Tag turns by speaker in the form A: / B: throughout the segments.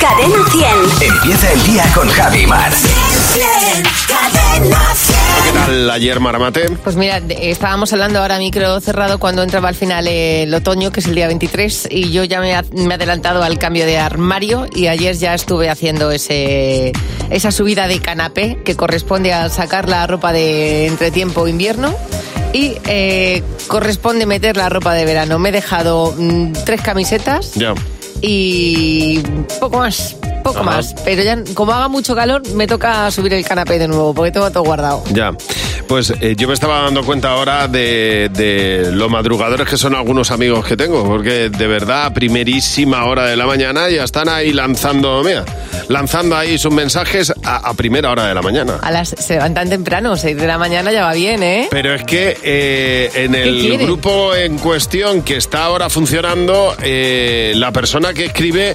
A: Cadena 100.
B: Empieza el día con Javi Mar.
A: Cadena 100.
C: ¿Qué tal ayer, Maramate?
D: Pues mira, de- estábamos hablando ahora a micro cerrado cuando entraba al final eh, el otoño, que es el día 23, y yo ya me, ha- me he adelantado al cambio de armario y ayer ya estuve haciendo ese, esa subida de canapé que corresponde a sacar la ropa de entretiempo invierno. Y eh, corresponde meter la ropa de verano. Me he dejado mm, tres camisetas
C: Ya.
D: y poco más, poco
C: Ajá.
D: más. Pero ya como haga mucho calor, me toca subir el canapé de nuevo porque tengo todo guardado.
C: Ya. Pues eh, yo me estaba dando cuenta ahora de, de los madrugadores que son algunos amigos que tengo, porque de verdad a primerísima hora de la mañana ya están ahí lanzando, mira, lanzando ahí sus mensajes a, a primera hora de la mañana.
D: A las, se levantan temprano, 6 de la mañana ya va bien, ¿eh?
C: Pero es que eh, en el
D: quieren?
C: grupo en cuestión que está ahora funcionando, eh, la persona que escribe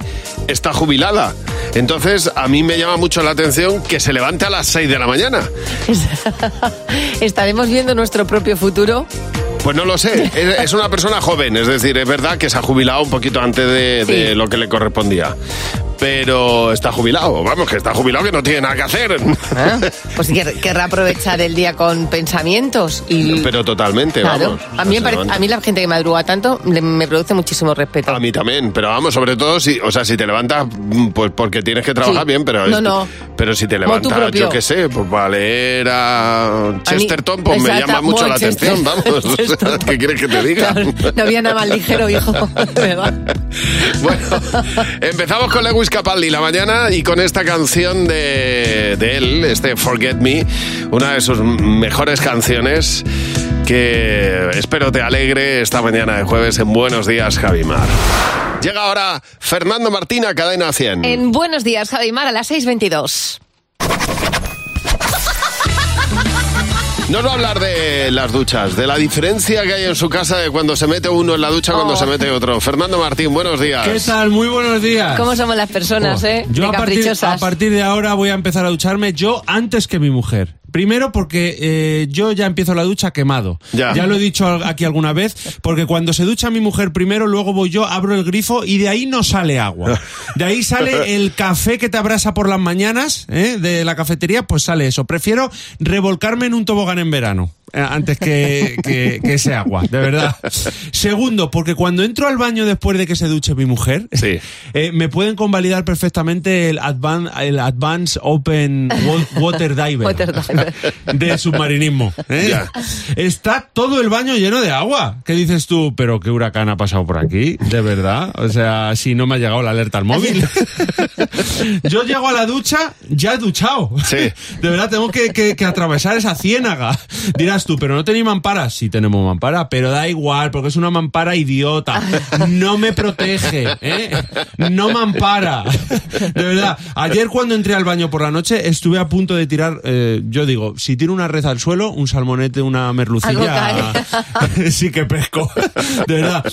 C: está jubilada. Entonces a mí me llama mucho la atención que se levante a las 6 de la mañana.
D: Estaremos viendo nuestro propio futuro.
C: Pues no lo sé, es, es una persona joven, es decir, es verdad que se ha jubilado un poquito antes de, de
D: Sí.
C: lo que le correspondía. Pero está jubilado, vamos, que está jubilado que no tiene nada que hacer.
D: ¿Ah?
C: ¿Eh?
D: Pues quer- querrá aprovechar el día con pensamientos y...
C: Pero totalmente,
D: Claro,
C: vamos.
D: a mí, me
C: Se
D: pare-
C: levanta. Ah,
D: a mí la gente que madruga tanto le- me produce muchísimo respeto.
C: A mí también, pero vamos, sobre todo si, o sea, si te levantas, mm, pues porque tienes que trabajar
D: Sí.
C: bien, pero
D: No, no.
C: pero si te
D: Como tú
C: levantas,
D: propio.
C: yo qué sé, pues para leer a Chesterton, pues me
D: Exacto,
C: llama mucho la
D: bueno,
C: atención,
D: Chester-
C: vamos, o sea,
D: Chesterton.
C: ¿qué quieres que te diga?
D: No, no había nada más ligero, hijo. de verdad.
C: Bueno, empezamos con Lewis Capaldi la mañana y con esta canción de, de él, este Forget Me, una de sus mejores canciones que espero te alegre esta mañana de jueves en Buenos Días, Javimar. Llega ahora Fernando Martín a Cadena 100.
D: En Buenos Días, Javi Mar, a las 6.22.
C: Nos va a hablar de las duchas, de la diferencia que hay en su casa de cuando se mete uno en la ducha cuando
D: Oh.
C: se mete otro. Fernando Martín, buenos días.
E: ¿Qué tal? Muy buenos días.
D: ¿Cómo somos las personas, eh?
E: Oh, Yo
D: De
E: a partir,
D: caprichosas.
E: a partir de ahora voy a empezar a ducharme yo antes que mi mujer. Primero porque eh, yo ya empiezo la ducha quemado.
C: Ya.
E: lo he dicho al- aquí alguna vez, porque cuando se ducha mi mujer primero, luego voy yo, abro el grifo y de ahí no sale agua. De ahí sale el café que te abrasa por las mañanas ¿eh? de la cafetería, pues sale eso. Prefiero revolcarme en un tobogán en verano eh, antes que, que- que ese agua, de verdad. Segundo, porque cuando entro al baño después de que se duche mi mujer,
C: Sí.
E: eh, me pueden convalidar perfectamente el, advan, el Advanced Open Wa- Water Diver.
D: Water diver.
E: De submarinismo. ¿eh?
C: Ya.
E: Está todo el baño lleno de agua. ¿Qué dices tú? Pero qué huracán ha pasado por aquí, de verdad. O sea, si no me ha llegado la alerta al móvil. Yo llego a la ducha, ya he duchado.
C: Sí.
E: De verdad, tengo que, que- que atravesar esa ciénaga. Dirás tú, pero no tenéis mampara. Sí tenemos mampara, pero da igual, porque es una mampara idiota. No me protege, ¿eh? No mampara. De verdad, ayer cuando entré al baño por la noche, estuve a punto de tirar, eh, yo digo, si tiro una red al suelo, un salmonete, una
D: Algo
E: merlucilla, sí que pesco. De verdad.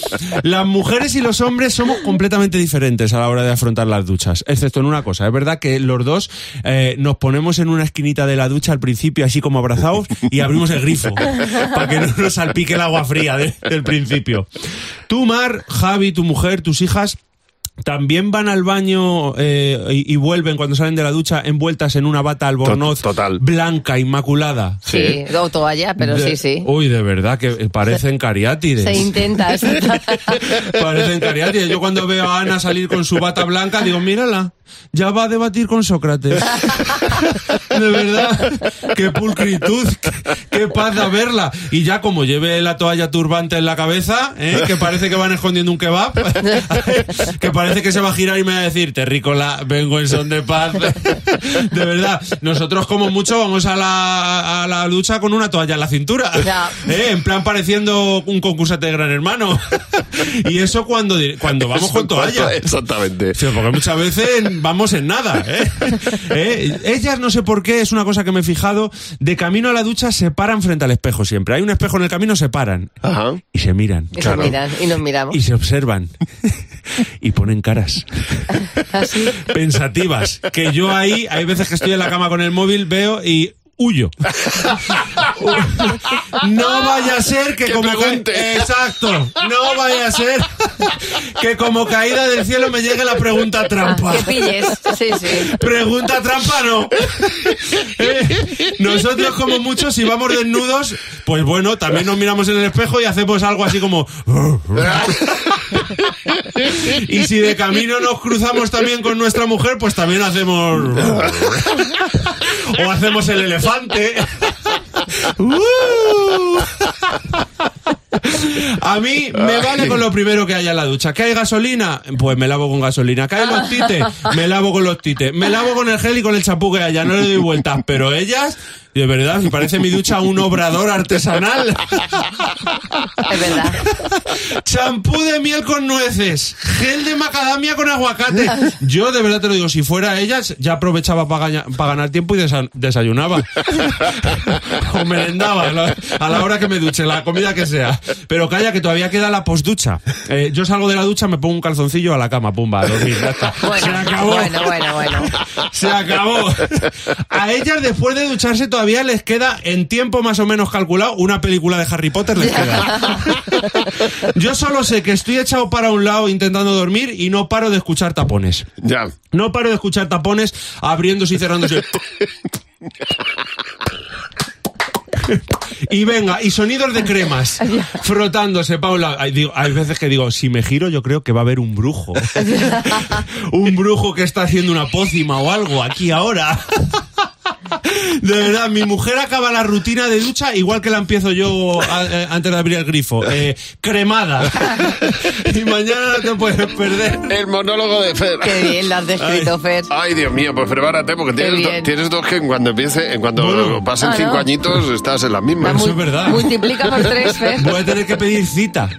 E: Las mujeres y los hombres somos completamente diferentes a la hora de afrontar las duchas, excepto en una cosa. Es verdad que los dos eh, nos ponemos en una esquinita de la ducha al principio, así como abrazados, y abrimos el grifo para que no nos salpique el agua fría de- del principio. Tú, Mar, Javi, tu mujer, tus hijas, también van al baño eh, y, y vuelven cuando salen de la ducha envueltas en una bata albornoz
C: To- total.
E: blanca, inmaculada.
D: Sí, o toalla, pero
E: De-
D: sí, sí.
E: Uy, de verdad que parecen cariátides.
D: Se intenta.
E: Parecen cariátides. Yo cuando veo a Ana salir con su bata blanca, digo, mírala, ya va a debatir con Sócrates. De verdad, qué pulcritud, qué, qué paz da verla. Y ya como lleve la toalla turbante en la cabeza, ¿eh? que parece que van escondiendo un kebab, que parece que se va a girar y me va a decir, terrícola, vengo en son de paz. De verdad, nosotros como mucho vamos a la, a la ducha con una toalla en la cintura.
D: Ya.
E: ¿eh? En plan pareciendo un concursante de Gran Hermano. Y eso cuando, di- cuando vamos con toalla.
C: Exactamente.
E: Sí, porque muchas veces vamos en nada. ¿eh? ¿Eh? Ellas, no sé por qué, es una cosa que me he fijado, de camino a la ducha se paran frente al espejo siempre. Hay un espejo en el camino, se paran
C: Ajá.
E: y se miran.
D: Y, se miran, y nos miramos.
E: Y se observan. Y ponen caras.
D: Así.
E: Pensativas. Que yo ahí, hay veces que estoy en la cama con el móvil, veo y huyo. No vaya a ser que,
C: Que
E: como ca-
C: pregunte.
E: Exacto. No vaya a ser que como caída del cielo me llegue la pregunta trampa.
D: Que pilles. Sí, sí.
E: Pregunta trampa no. Eh, Nosotros como muchos si vamos desnudos, pues bueno, también nos miramos en el espejo y hacemos algo así como y si de camino nos cruzamos también con nuestra mujer, pues también hacemos o hacemos el elefante. Uh. A mí me vale con lo primero que haya en la ducha. ¿Que hay gasolina? Pues me lavo con gasolina. ¿Que hay los tites? Me lavo con los tites. Me lavo con el gel y con el champú que haya. No le doy vueltas. Pero ellas, de verdad, me parece mi ducha un obrador artesanal.
D: Es verdad.
E: Champú de miel con nueces. Gel de macadamia con aguacate. Yo de verdad te lo digo, si fuera ellas, ya aprovechaba para ganar tiempo y desa- desayunaba. o merendaba a la, a la hora que me duche, la comida que sea. Pero calla, que todavía queda la postducha. Eh, yo salgo de la ducha, me pongo un calzoncillo a la cama, pumba, a dormir, ya está. Se
D: Bueno,
E: acabó.
D: bueno, bueno, bueno.
E: Se acabó. A ellas después de ducharse todavía les queda en tiempo más o menos calculado una película de Harry Potter les queda. Yo solo sé que estoy echado para un lado intentando dormir y no paro de escuchar tapones.
C: Ya.
E: No paro de escuchar tapones abriéndose y cerrándose. Y venga, y sonidos de cremas frotándose, Paula. Ay, digo, hay veces que digo, si me giro, yo creo que va a haber un brujo. un brujo que está haciendo una pócima o algo aquí ahora. De verdad, mi mujer acaba la rutina de ducha igual que la empiezo yo a- eh, antes de abrir el grifo. Eh, cremada. Y mañana no te puedes perder.
C: El monólogo de Fer.
D: Qué bien lo has descrito, Fer.
E: Ah,
C: Ay, Dios mío, pues prepárate porque tienes, do-
D: bien.
C: tienes dos que en cuanto empiece, en cuanto
E: Bueno.
C: pasen
D: Ah,
C: cinco
D: no.
C: añitos, estás en las mismas.
E: Eso
D: Mu-
E: es verdad.
D: Multiplica por tres, Fer.
E: Voy a tener que pedir cita.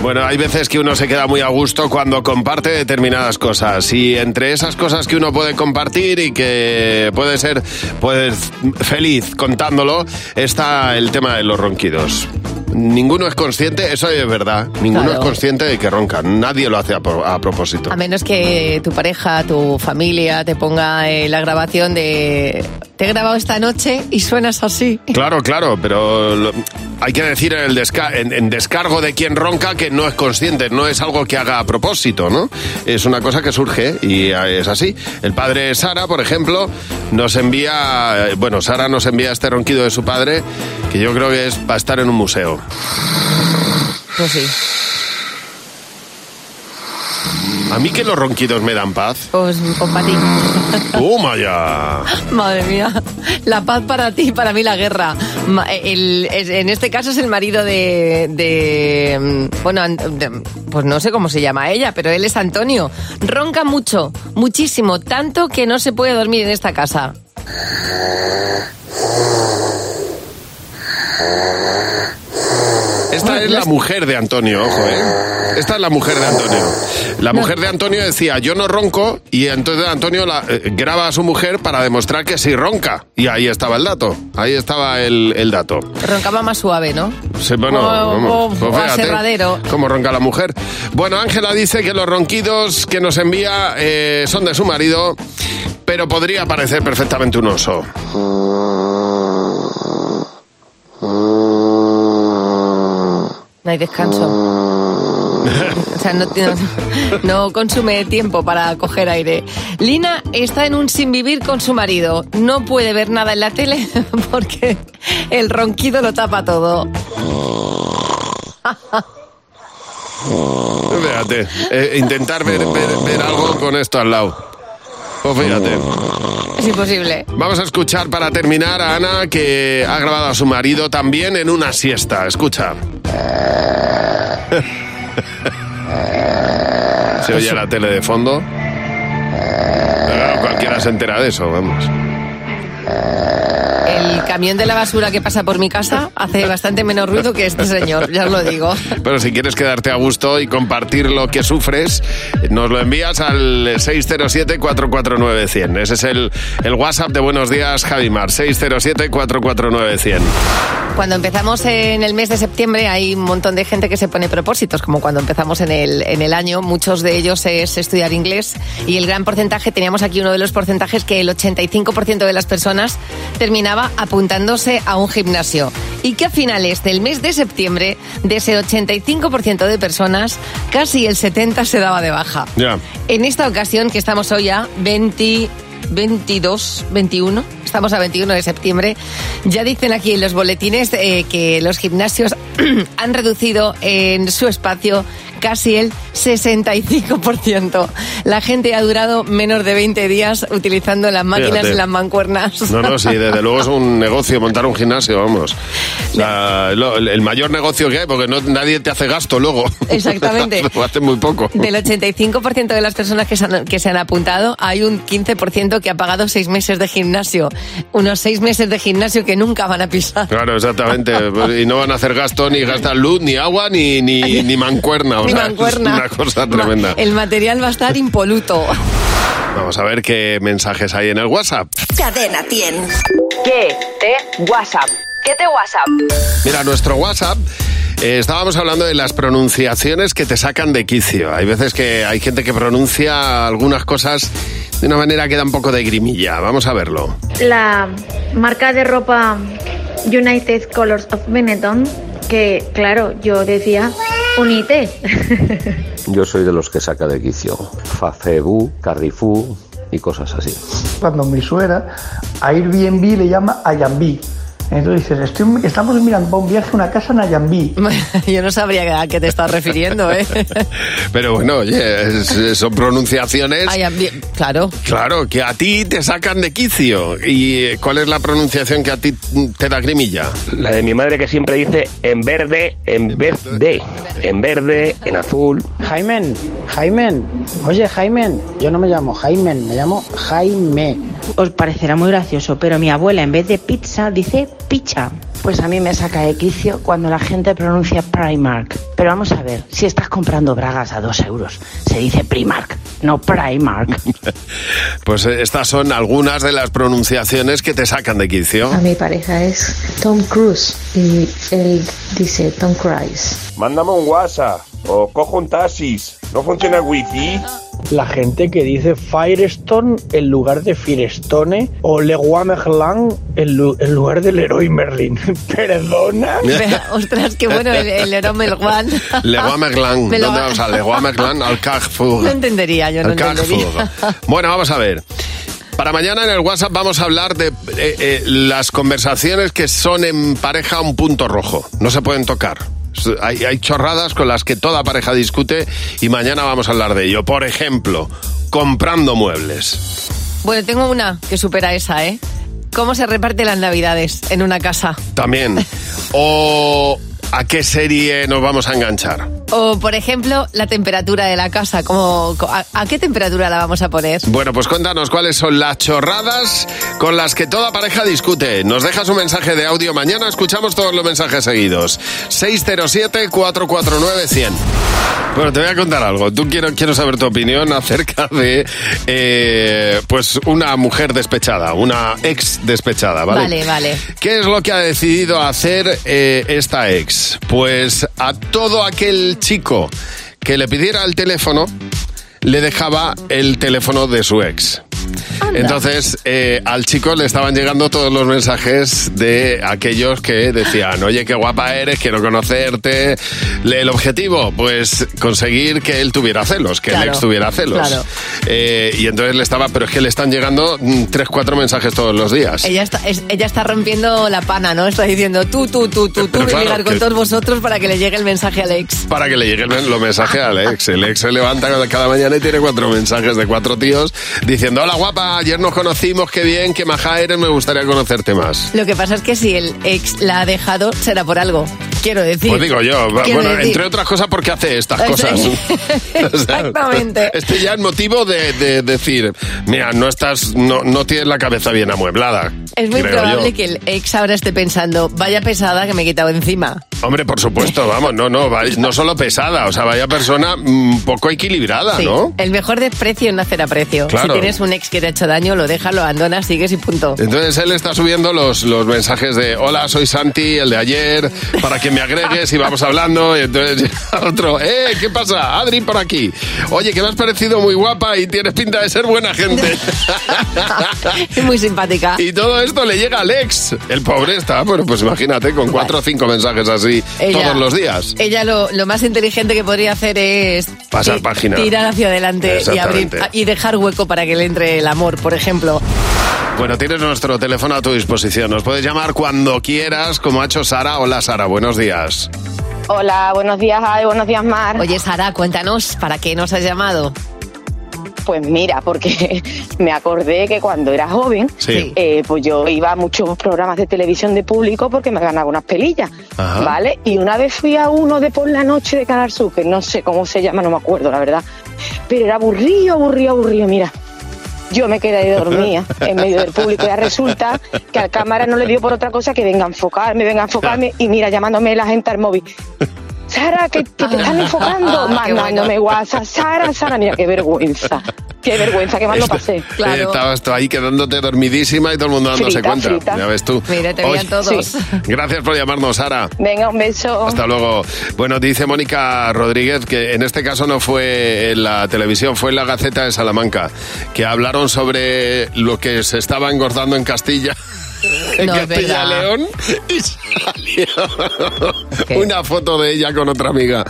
C: Bueno, hay veces que uno se queda muy a gusto cuando comparte determinadas cosas y entre esas cosas que uno puede compartir y que puede ser pues feliz contándolo está el tema de los ronquidos. Ninguno es consciente, eso es verdad, ninguno
D: Claro.
C: es consciente de que ronca, nadie lo hace a, pro- a propósito.
D: A menos que tu pareja, tu familia te ponga eh, la grabación de te he grabado esta noche y suenas así.
C: Claro, claro, pero lo- hay que decir en, el desca- en, en descargo de quien ronca que no es consciente, no es algo que haga a propósito, ¿no? Es una cosa que surge y eh, es así. El padre Sara, por ejemplo, nos envía, eh, bueno, Sara nos envía este ronquido de su padre, que yo creo que es para estar en un museo.
D: Pues sí.
C: A mí que los ronquidos me dan paz.
D: Pues, pues para ti.
C: ¡Toma ya!
D: Madre mía. La paz para ti, para mí la guerra. Ma- el- es- en este caso es el marido de. de, mm, bueno, an- de- pues no sé cómo se llama ella, pero él es Antonio. Ronca mucho, muchísimo, tanto que no se puede dormir en esta casa.
C: Esta es la mujer de Antonio, ojo, ¿eh? Esta es la mujer de Antonio. La mujer de Antonio decía, yo no ronco, y entonces Antonio la, eh, graba a su mujer para demostrar que sí ronca. Y ahí estaba el dato, ahí estaba el, el dato.
D: Roncaba más suave, ¿no?
C: Sí, bueno,
D: Como-
C: vamos,
D: como
C: pues fíjate
D: aserradero.
C: cómo ronca la mujer. Bueno, Ángela dice que los ronquidos que nos envía eh, son de su marido, pero podría parecer perfectamente un oso.
D: No hay descanso. O sea, no, tiene- no consume tiempo para coger aire. Lina está en un sin vivir con su marido. No puede ver nada en la tele porque el ronquido lo tapa todo.
C: Fíjate, eh, intentar ver, ver, ver algo con esto al lado. Pues fíjate.
D: Es imposible.
C: Vamos a escuchar para terminar a Ana que ha grabado a su marido también en una siesta. Escucha. Se oye la tele de fondo. Claro, Cualquiera se entera de eso, vamos.
D: El camión de la basura que pasa por mi casa hace bastante menos ruido que este señor, ya os lo digo.
C: Pero si quieres quedarte a gusto y compartir lo que sufres, nos lo envías al 607-449-100. Ese es el, el WhatsApp de Buenos Días, Javimar. 607-449-100.
D: Cuando empezamos en el mes de septiembre hay un montón de gente que se pone propósitos, como cuando empezamos en el, en el año, muchos de ellos es estudiar inglés y el gran porcentaje, teníamos aquí uno de los porcentajes que el 85% de las personas terminaba estaba apuntándose a un gimnasio y que a finales del mes de septiembre, de ese 85% de personas, casi el 70% se daba de baja.
C: Ya.
D: En esta ocasión, que estamos hoy a 20, 22, 21, estamos a 21 de septiembre, ya dicen aquí en los boletines eh, que los gimnasios han reducido en su espacio casi el 65%. La gente ha durado menos de 20 días utilizando las máquinas
C: Fíjate.
D: y las mancuernas.
C: No, no, sí, desde luego es un negocio montar un gimnasio, vamos. O sea, lo- el mayor negocio que hay, porque no, nadie te hace gasto luego.
D: Exactamente.
C: Lo haces muy poco.
D: Del 85% de las personas que se, han, que se han apuntado, hay un 15% que ha pagado seis meses de gimnasio. Unos seis meses de gimnasio que nunca van a pisar.
C: Claro, exactamente. Y no van a hacer gasto, ni gastar luz, ni agua, ni, ni, ni mancuerna. O
D: Ni
C: sea,
D: mancuerna.
C: Es una cosa tremenda.
D: El material va a estar impoluto.
C: Vamos a ver qué mensajes hay en el WhatsApp.
A: Cadena 100.
F: ¿Qué te WhatsApp? ¿Qué te WhatsApp?
C: Mira, nuestro WhatsApp. eh, estábamos hablando de las pronunciaciones que te sacan de quicio. Hay veces que hay gente que pronuncia algunas cosas de una manera que da un poco de grimilla. Vamos a verlo.
G: La marca de ropa United Colors of Benetton, que claro, yo decía, unite.
H: Yo soy de los que saca de quicio. Facebu, Carrifú y cosas así.
I: cuando mi suegra a Airbnb le llama Ayambí. Entonces dices, estoy- estamos mirando para un viaje a una casa en Ayambí.
D: Yo no sabría a qué te estás refiriendo, ¿eh?
C: Pero bueno, oye, es- son pronunciaciones.
D: Ay, a mí- claro.
C: Claro, que a ti te sacan de quicio. ¿Y eh, cuál es la pronunciación que a ti te da grimilla?
J: La de mi madre que siempre dice en verde, en vez de, en verde, en azul.
K: Jaimen, Jaimen, oye Jaimen, yo no me llamo Jaimen, me llamo Jaime. Os parecerá muy gracioso, pero mi abuela en vez de pizza dice picha.
L: Pues a mí me saca de quicio cuando la gente pronuncia Primark. Pero vamos a ver, si estás comprando bragas a dos euros, se dice Primark, no Primark.
C: Pues eh, estas son algunas de las pronunciaciones que te sacan de quicio.
M: A mi pareja es Tom Cruise y él dice Tom Cruise.
N: Mándame un WhatsApp o cojo un taxis. ¿No funciona el wifi?
K: La gente que dice Firestone en lugar de Firestone o Leroy Merlin en, lu- en lugar del Leroy Merlin. ¿Perdona?
D: Ostras, qué bueno el, el Leroy Merlin.
C: Le voy a Merlán.
D: Me
C: ¿Dónde
D: lo-
C: vamos a Le voy a Merlán? Al Carrefour.
D: No entendería, yo no
C: Al Carrefour.
D: entendería.
C: Bueno, vamos a ver. Para mañana en el WhatsApp vamos a hablar de eh, eh, las conversaciones que son en pareja un punto rojo. No se pueden tocar. Es- Hay, hay chorradas con las que toda pareja discute y mañana vamos a hablar de ello. Por ejemplo, comprando muebles.
D: Bueno, tengo una que supera esa, ¿eh? ¿Cómo se reparte las navidades en una casa?
C: También. O a qué serie nos vamos a enganchar.
D: O, por ejemplo, la temperatura de la casa. Como, a, a qué temperatura la vamos a poner?
C: Bueno, pues cuéntanos cuáles son las chorradas con las que toda pareja discute. Nos dejas un mensaje de audio mañana, escuchamos todos los mensajes seguidos. 607-449-100. Bueno, te voy a contar algo. Tú quiero, quiero saber tu opinión acerca de eh, pues una mujer despechada, una ex despechada, ¿vale?
D: Vale, vale.
C: ¿Qué es lo que ha decidido hacer eh, esta ex? Pues a todo aquel chico que le pidiera el teléfono, le dejaba el teléfono de su ex. Entonces, eh, al chico le estaban llegando todos los mensajes de aquellos que decían, oye, qué guapa eres, quiero conocerte. Le- El objetivo, pues conseguir que él tuviera celos, que el
O: Claro,
C: ex tuviera celos.
D: claro.
C: Eh, y entonces le estaba, pero es que le están llegando mm, tres, cuatro mensajes todos los días.
D: Ella está, es- ella está rompiendo la pana, ¿no? Está diciendo tú, tú, tú, tú, tú, voy
C: Pero
D: a
C: claro,
D: ligar con
C: que-
D: todos vosotros para que le llegue el mensaje al ex.
C: para que le llegue el- los mensajes al ex. El ex se levanta cada mañana y tiene cuatro mensajes de cuatro tíos diciendo, hola guapa, ayer nos conocimos, qué bien, qué maja eres, me gustaría conocerte más.
D: Lo que pasa es que si el ex la ha dejado, será por algo. Quiero decir.
C: Pues digo yo, va-
D: Quiero
C: bueno,
D: decir-
C: entre otras cosas porque hace estas
D: Sí.
C: cosas. O sea,
D: Exactamente.
C: Este ya es motivo de, de decir, mira, no estás, no, no tienes la cabeza bien amueblada.
D: Es muy
C: creo
D: probable
C: yo.
D: que el ex ahora esté pensando, vaya pesada que me he quitado encima.
C: Hombre, por supuesto, vamos, no, no, va- no solo pesada, o sea, vaya persona un poco equilibrada,
D: Sí.
C: Ah, ¿no?
D: El mejor desprecio es no hacer aprecio.
C: Claro.
D: Si tienes un ex que te ha hecho daño, lo deja, lo abandonas, sigues y punto.
C: Entonces él está subiendo los, los mensajes de hola, soy Santi, el de ayer, para que me agregues y vamos hablando. Y entonces otro, eh, ¿qué pasa? Adri por aquí. Oye, que me has parecido muy guapa y tienes pinta de ser buena gente.
D: Es muy simpática.
C: Y todo esto le llega a Alex. El pobre está, bueno, pues imagínate, con cuatro o cinco mensajes así
D: Ella-
C: todos los días.
D: Ella lo, lo más inteligente que podría hacer es
C: Pasar
D: ti-
C: página.
D: tirar hacia adelante y abrir
C: Exactamente.
D: y dejar hueco para que le entre el amor, por ejemplo.
C: Bueno, tienes nuestro teléfono a tu disposición. Nos puedes llamar cuando quieras, como ha hecho Sara. Hola, Sara, buenos días.
A: Hola, buenos días, Ay, buenos días, Mar.
D: Oye, Sara, cuéntanos, ¿para qué nos has llamado?
A: Pues mira, porque me acordé que cuando era joven,
D: Sí.
A: eh, pues yo iba a muchos programas de televisión de público porque me ganaba unas pelillas,
O: Ajá.
A: ¿vale? Y una vez fui a uno de por la noche de Canal Sur, que no sé cómo se llama, no me acuerdo, la verdad. Pero era aburrido, aburrido, aburrido, mira. Yo me quedé dormida en medio del público. Ya resulta que al cámara no le dio por otra cosa que venga a enfocarme, venga a enfocarme y mira, llamándome la gente al móvil. Sara, que, que te están
O: Ah,
A: enfocando,
O: qué
A: mandándome
O: bueno.
A: WhatsApp. Sara, Sara, mira, qué vergüenza. Qué vergüenza, qué mal lo pasé.
C: Eh, Estabas tú ahí quedándote dormidísima y todo el mundo dándose
A: Frita,
C: cuenta.
A: frita.
C: Ya ves tú.
A: Mira, te veían todos. Sí.
C: Gracias por llamarnos, Sara.
A: Venga, un beso.
C: Hasta luego. Bueno, dice Mónica Rodríguez que en este caso no fue en la televisión, fue en la Gaceta de Salamanca, que hablaron sobre lo que se estaba engordando en Castilla. En
O: No, es
C: Castilla
O: verdad.
C: León y salió una foto de ella con otra amiga.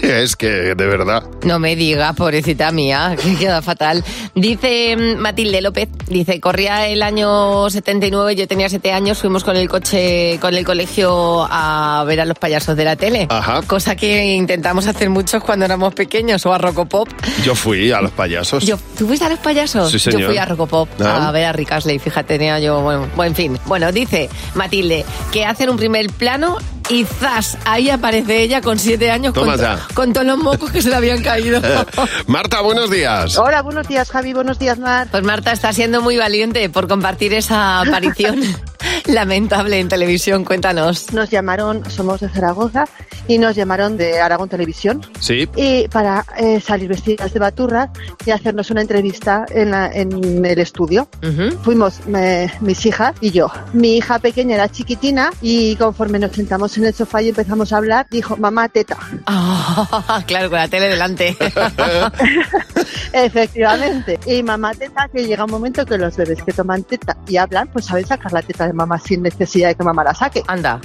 C: Es que, de verdad.
D: No me digas, pobrecita mía, que queda fatal. Dice mm, Matilde López, dice, corría el año 79, yo tenía 7 años, fuimos con el coche, con el colegio a ver a los payasos de la tele. Cosa que intentamos hacer muchos cuando éramos pequeños, o a Rocopop.
C: Yo fui a los payasos.
D: Yo, ¿Tú fuiste a los payasos?
C: Pues Sí, señor.
D: Yo fui a Rocopop
C: Ah.
D: a ver a Rick Astley, fíjate, tenía yo, bueno, bueno, en fin. Bueno, dice Matilde que hacen un primer plano y zas, ahí aparece ella con siete años con,
C: Toma
D: to-
C: ya.
D: con todos los mocos que se le habían caído.
C: Marta, buenos días.
D: Hola, buenos días Javi, buenos días Mar. Pues Marta está siendo muy valiente por compartir esa aparición lamentable en televisión, cuéntanos.
P: Nos llamaron, somos de Zaragoza, y nos llamaron de Aragón Televisión.
C: Sí.
P: Y para eh, salir vestidas de baturra y hacernos una entrevista en, la- en el estudio. Fuimos eh, mis hijas y yo. Mi hija pequeña era chiquitina y conforme nos sentamos en el sofá y empezamos a hablar, dijo, mamá, teta.
D: Ah, claro, con la tele delante.
P: Efectivamente. Y mamá teta, que llega un momento que los bebés que toman teta y hablan, pues saben sacar la teta de mamá sin necesidad de que mamá la saque.
D: Anda.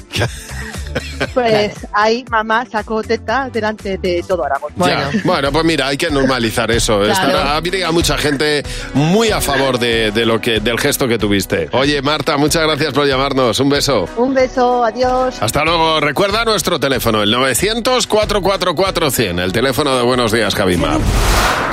P: Pues ahí mamá sacó teta delante de todo Aragón.
C: Ya. Bueno, pues mira, hay que normalizar eso.
P: Claro.
C: Estará- habría mucha gente muy a favor de, de lo que, del gesto que tuviste. Oye, Marta, muchas gracias por llamarnos. Un beso.
P: Un beso, adiós.
C: Hasta luego. Recuerda nuestro teléfono, el 900-444-100, el teléfono de Buenos Días, Javimar.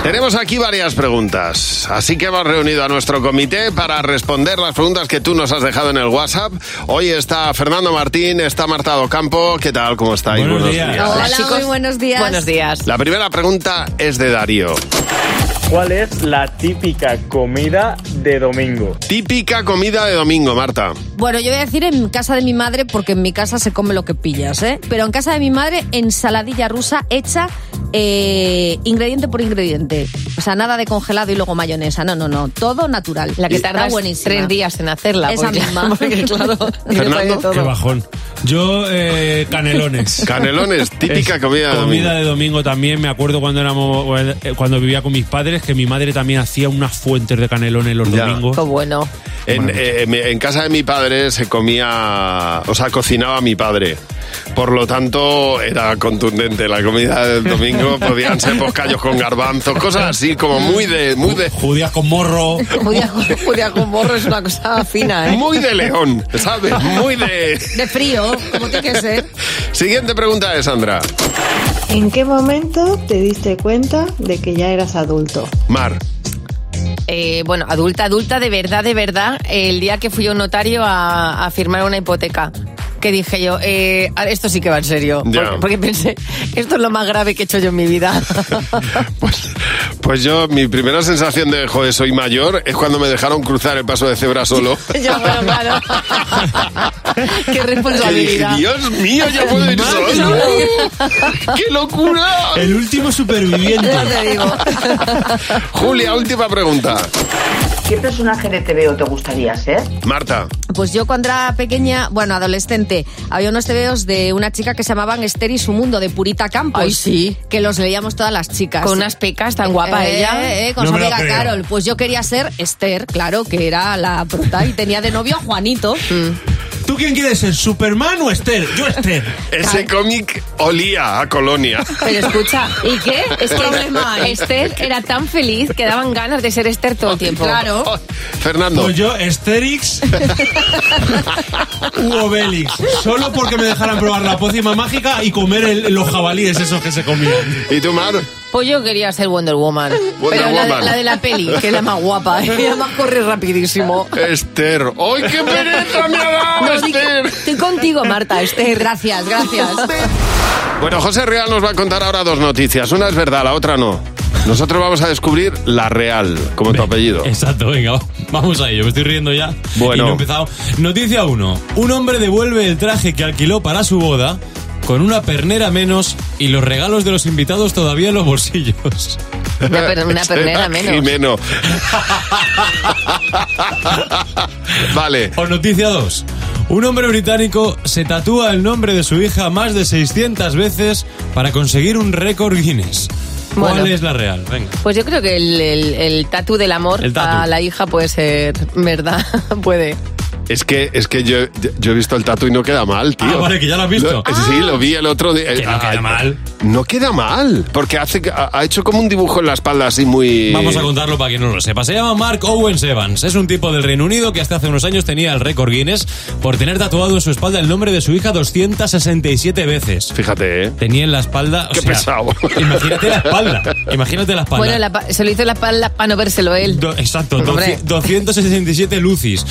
C: Tenemos aquí varias preguntas, así que hemos reunido a nuestro comité para responder las preguntas que tú nos has dejado en el WhatsApp. Hoy está Fernando Martín, está Marta Ocampo. ¿Qué tal? ¿Cómo estáis? Buenos,
Q: Hola, muy buenos días.
D: Buenos días.
C: La primera pregunta es de Darío.
R: ¿Cuál es la típica comida de domingo?
C: Típica comida de domingo, Marta.
Q: Bueno, yo voy a decir en casa de mi madre porque en mi casa se come lo que pillas, ¿eh? Pero en casa de mi madre, ensaladilla rusa hecha eh, ingrediente por ingrediente. O sea, nada de congelado y luego mayonesa. No, no, no. Todo natural.
D: La que
Q: Está
D: tardas
Q: buenísima.
D: tres días en hacerla,
Q: Esa
D: porque-
Q: misma.
D: porque, claro,
E: Qué bajón. Yo, eh, canelones.
C: Canelones, típica comida de domingo.
E: Comida de domingo también. Me acuerdo cuando éramos eh, cuando vivía con mis padres que mi madre también hacía unas fuentes de canelones los domingos.
D: Qué Pues bueno.
C: En, eh, en mi- en casa de mi padre se comía, o sea, cocinaba mi padre. Por lo tanto, era contundente. La comida del domingo podían ser bocallos con garbanzos, cosas así, como muy de. Muy de
E: judías con morro.
D: Judía con, judía con borro es una cosa fina, ¿eh?
C: Muy de león, ¿sabes? Muy de.
Q: De frío, como tiene que ser.
C: Siguiente pregunta de Sandra.
S: ¿En qué momento te diste cuenta de que ya eras adulto?
C: Mar.
D: Eh, bueno, adulta, adulta, de verdad, de verdad, el día que fui a un notario a, a firmar una hipoteca. Que dije yo, eh, ahora esto sí que va en serio.
C: Ya.
D: Porque, porque pensé, esto es lo más grave que he hecho yo en mi vida.
C: Pues yo, mi primera sensación de, joder, soy mayor, es cuando me dejaron cruzar el paso de cebra solo.
D: yo, bueno, claro. Qué
C: Que dije,
D: responsabilidad.
C: Dios mío, yo puedo ir
D: Madre
C: solo.
D: ¡Qué
C: locura!
E: El último superviviente.
D: Ya te digo.
C: Julia, última pregunta.
P: ¿Qué personaje de TVO te gustaría ser?
C: Marta.
Q: Pues yo cuando era pequeña, bueno, adolescente, había unos tebeos de una chica que se llamaban Esther y su mundo, de Purita Campos.
D: Ay, sí.
Q: Que los leíamos todas las chicas.
D: Con unas pecas tan guapa
Q: Eh,
D: ella.
Q: eh, eh, con
D: No
Q: su
D: me lo
Q: amiga
D: creo.
Q: Carol. Pues yo quería ser Esther, claro, que era la prota y tenía de novio a Juanito.
D: Mm.
T: ¿Tú quién quieres ser? ¿Superman o Esther? Yo Esther.
C: Ese cómic olía a colonia.
D: Pero escucha, ¿y qué? Es que
C: Problema hay.
D: Esther era tan feliz que daban ganas de ser Esther todo el tiempo.
Q: Claro.
C: Fernando.
T: Pues yo, Estérix u Obélix. Solo porque me dejaran probar la pócima mágica y comer el- los jabalíes esos que se comían.
C: ¿Y tú, Mar?
D: Pues yo quería ser Wonder Woman.
C: Wonder
D: Pero la, de-
C: Woman.
D: la de la peli, que es la más guapa. ¿eh? Y además corre rapidísimo.
C: Esther. ¡Ay, qué pereza me ha dado,
D: No, di-
C: Esther!
D: Estoy contigo, Marta, Esther.
Q: Gracias, gracias.
C: Bueno, José Real nos va a contar ahora dos noticias. Una es verdad, la otra no. Nosotros vamos a descubrir la real, como tu apellido.
T: Exacto, venga, va- vamos a ello. Me estoy riendo ya.
C: Bueno.
T: Y no he empezado. Noticia 1. Un hombre devuelve el traje que alquiló para su boda con una pernera menos y los regalos de los invitados todavía en los bolsillos.
D: Una, per- una
C: Será
D: pernera menos.
C: Jimeno. vale.
T: O noticia 2. Un hombre británico se tatúa el nombre de su hija más de 600 veces para conseguir un récord Guinness. ¿Cuál
D: Bueno.
T: es la real? Venga.
D: Pues yo creo que el, el, el tatu del amor
T: El tatu.
D: a la hija puede ser verdad. puede.
C: Es que, es que yo, yo he visto el tatu y no queda mal, tío.
T: Ah, vale, que ya lo has visto.
C: Lo- sí, lo vi el otro día.
T: Que no queda mal.
C: No queda mal, porque hace, ha ha hecho como un dibujo en la espalda así muy...
T: Vamos a contarlo para quien no lo sepa. Se llama Mark Owens Evans. Es un tipo del Reino Unido que hasta hace unos años tenía el récord Guinness por tener tatuado en su espalda el nombre de su hija 267 veces.
C: Fíjate, ¿eh?
T: Tenía en la espalda. o
C: Qué
T: sea,
C: pesado.
T: Imagínate la espalda. Imagínate la espalda.
D: Bueno, la pa- se lo hizo en la espalda para no vérselo él.
T: Do- exacto,
D: Hombre.
T: 200- 267 lucis.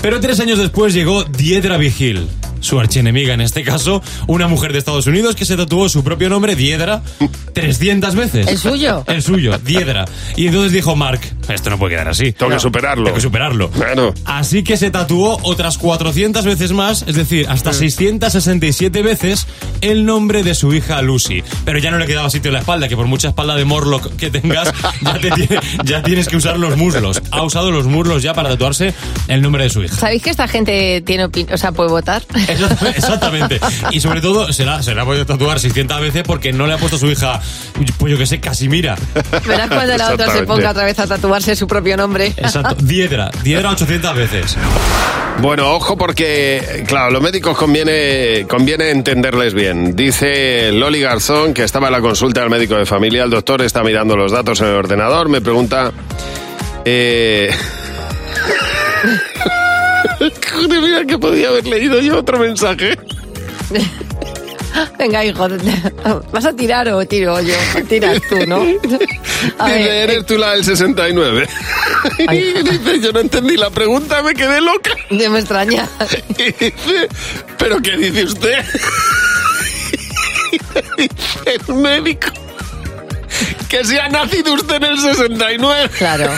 T: Pero tres años después llegó Diedra Vigil, su archienemiga en este caso, una mujer de Estados Unidos que se tatuó su propio nombre, Diedra, 300 veces.
D: ¿El suyo?
T: El suyo, Diedra. Y entonces dijo Mark, esto no puede quedar así.
C: Tengo que superarlo.
T: Tengo que superarlo.
C: Claro.
T: Así que se tatuó otras 400 veces más, es decir, hasta 667 veces el nombre de su hija Lucy. Pero ya no le quedaba sitio en la espalda, que por mucha espalda de Morlock que tengas, ya, te tiene- ya tienes que usar los muslos. Ha usado los muslos ya para tatuarse el nombre de su hija.
D: ¿Sabéis que esta gente tiene opin- o sea, puede votar?
T: Exactamente, exactamente. Y sobre todo, se la, se la ha podido tatuar 600 veces porque no le ha puesto su hija, pues yo que sé, Casimira.
D: Verás cuando la otra se ponga otra vez a tatuarse su propio nombre.
T: Exacto, Diedra, Diedra 800 veces.
C: Bueno, ojo porque, claro, los médicos conviene, conviene entenderles bien. Dice Loli Garzón, que estaba en la consulta del médico de familia, el doctor está mirando los datos en el ordenador, me pregunta... Eh... Joder, mira que podía haber leído yo otro mensaje.
D: Venga, hijo, ¿vas a tirar o tiro yo? Tiras tú, ¿no? A
C: Dice,
D: ver, eh,
C: eres tú la del 69. Y dice, yo no entendí la pregunta, me quedé loca.
D: no me extraña.
C: Y dice, ¿pero qué dice usted? Y dice el médico. Que si ha nacido usted en el 69.
D: Claro.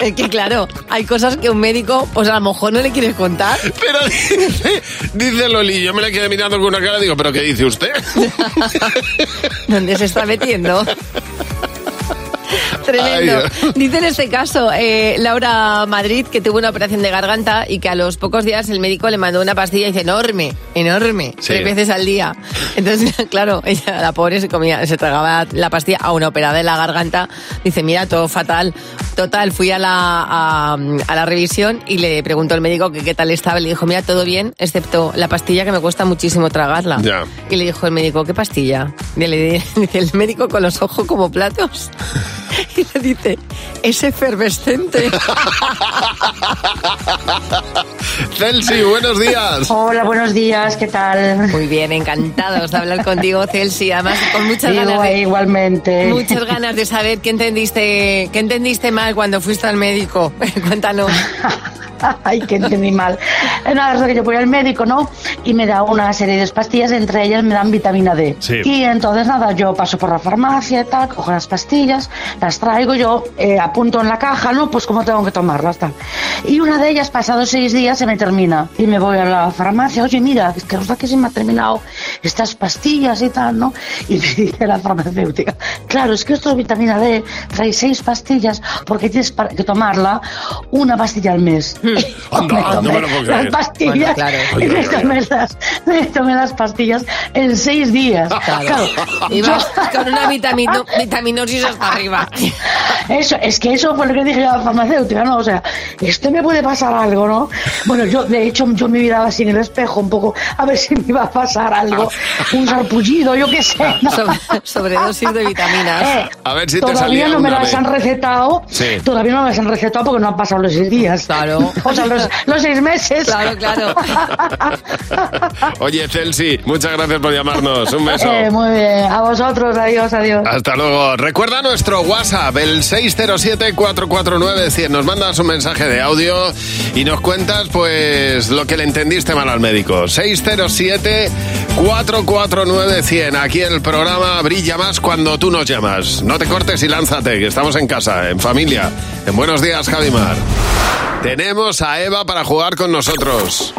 D: Es que claro, hay cosas que un médico, pues a lo mejor no le quieres contar.
C: Pero dice, dice Loli, yo me la quedé mirando con una cara y digo, ¿pero qué dice usted?
D: ¿Dónde se está metiendo? Tremendo.
C: Ay, Dios.
D: Dice en este caso eh, Laura Madrid que tuvo una operación de garganta y que a los pocos días el médico le mandó una pastilla y dice enorme, enorme,
C: Sí.
D: tres veces al día. Entonces, claro, ella, la pobre se comía, se tragaba la pastilla a una operada en la garganta. Dice, mira, todo fatal. Total, fui a la, a, a la revisión y le preguntó al médico que qué tal estaba. Le dijo, mira, todo bien, excepto la pastilla que me cuesta muchísimo tragarla.
C: Ya.
D: Ah. Y le dijo el médico, ¿qué pastilla? Y le di- dice el médico con los ojos como platos. Y le dice, es efervescente.
C: Celsi, buenos días.
O: Hola, buenos días, ¿qué tal?
D: Muy bien, encantados de hablar contigo, Celsi. Además, con muchas
O: Igual-
D: ganas de,
O: Igualmente.
D: muchas ganas de saber qué entendiste, qué entendiste mal cuando fuiste al médico. Cuéntanos.
O: Ay, que entendí mal. Es una cosa que yo voy al médico, ¿no? Y me da una serie de pastillas, entre ellas me dan vitamina D.
U: Sí.
O: Y entonces, nada, yo paso por la farmacia y tal, cojo las pastillas, las traigo, yo eh, apunto en la caja, ¿no? Pues cómo tengo que tomarlas, tal. Y una de ellas, pasados seis días, se me termina. Y me voy a la farmacia, oye, mira, es que resulta que se me ha terminado estas pastillas y tal, ¿no? Y me dice la farmacéutica, claro, es que esto es vitamina D, trae seis pastillas porque tienes para- que tomarla una pastilla al mes.
C: Anda,
O: Me
C: no
O: tomé
C: me lo puedo
O: las
C: creer.
O: pastillas,
C: Bueno, claro.
O: y
C: Ay,
O: me
C: ay, ay,
O: tomé las, me tomé las pastillas en seis días.
D: Claro. Y
O: yo-
D: vas con una vitamino- vitaminosis hasta arriba.
O: eso, es que eso fue lo que dije yo a la farmacéutica, ¿no? O sea, esto me puede pasar algo, eh, ¿no? Bueno, yo, de hecho, yo me miraba así en el espejo un poco, a ver si me iba a pasar algo, un sarpullido, yo qué sé. ¿no?
D: Sobre- sobredosis de vitaminas.
O: Eh,
C: A ver si te
O: todavía no
C: salía
O: me
C: alguna
O: las
C: vez.
O: han recetado,
C: Sí.
O: todavía no me las han recetado porque no han pasado los seis días.
D: Claro.
O: O sea, los, los seis meses.
D: Claro, claro.
C: Oye, Celsi, muchas gracias por llamarnos. Un beso.
O: Eh, muy bien, a vosotros, adiós, adiós.
C: Hasta luego. Recuerda nuestro WhatsApp, el 607-449-100. Nos mandas un mensaje de audio y nos cuentas, pues, lo que le entendiste mal al médico. 607-449-100. Aquí el programa brilla más cuando tú nos llamas. No te cortes y lánzate, que estamos en casa, en familia. En Buenos Días, Javimar. Tenemos a Eva para jugar con nosotros.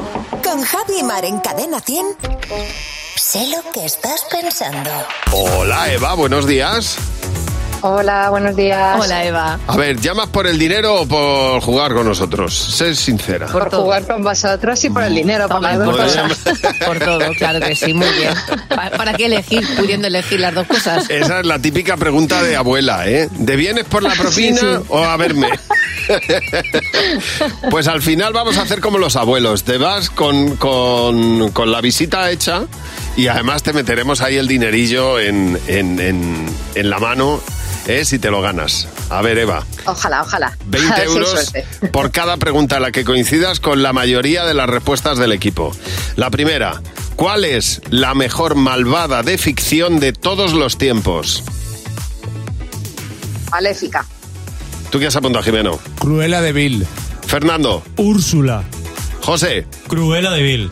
U: Con Javi Mar en Cadena 100. Sé lo que estás pensando.
C: Hola, Eva, buenos días.
U: Hola, buenos días.
D: Hola, Eva.
C: A ver, ¿llamas por el dinero o por jugar con nosotros? Sé sincera.
U: Por jugar con vosotros y por el dinero, por las dos
C: Muy bien.
U: cosas.
D: Por todo, claro que sí, muy bien. Pa- ¿Para qué elegir, pudiendo elegir las dos cosas?
C: Esa es la típica pregunta de abuela, ¿eh? ¿De vienes por la propina
D: Sí, sí.
C: o a verme? pues al final vamos a hacer como los abuelos. Te vas con, con- con la visita hecha y además te meteremos ahí el dinerillo en, en- en- en la mano, ¿eh? Si te lo ganas. A ver, Eva.
U: Ojalá, ojalá. A
C: 20
U: ver si hay
C: euros
U: Ah, suerte.
C: por cada pregunta en la que coincidas con la mayoría de las respuestas del equipo. La primera, ¿cuál es la mejor malvada de ficción de todos los tiempos?
U: Maléfica.
C: ¿Tú qué has apuntado, Jimeno?
E: Cruela de Vil.
C: Fernando.
E: Úrsula.
C: José.
E: Cruela de Vil.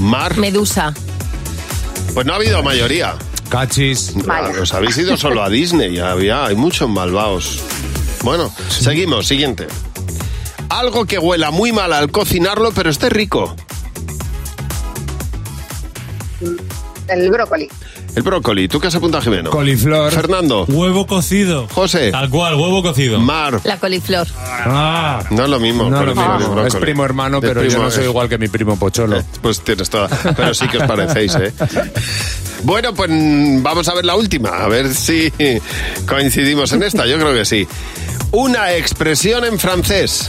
C: Mar.
D: Medusa.
C: Pues no ha habido mayoría.
E: Cachis.
C: Claro, Os habéis ido solo a Disney. Había, hay muchos malvados. Bueno, seguimos. Siguiente. Algo que huela muy mal al cocinarlo, pero esté rico.
U: El brócoli.
C: El brócoli. ¿Tú qué has apuntado, Jimeno?
E: Coliflor.
C: Fernando.
E: Huevo cocido.
C: José.
E: Tal cual, huevo cocido.
C: Mar.
D: La coliflor.
E: Ah.
C: No es lo mismo.
E: No,
C: pero
E: lo mismo.
C: tiene brócoli.
E: Es primo hermano,
C: Es
E: pero yo
C: primo,
E: no soy
C: es-
E: igual que mi primo Pocholo.
C: Pues tienes toda. Pero sí que os parecéis, ¿eh? Bueno, pues mm, vamos a ver la última, a ver si coincidimos en esta. Yo creo que sí. Una expresión en francés.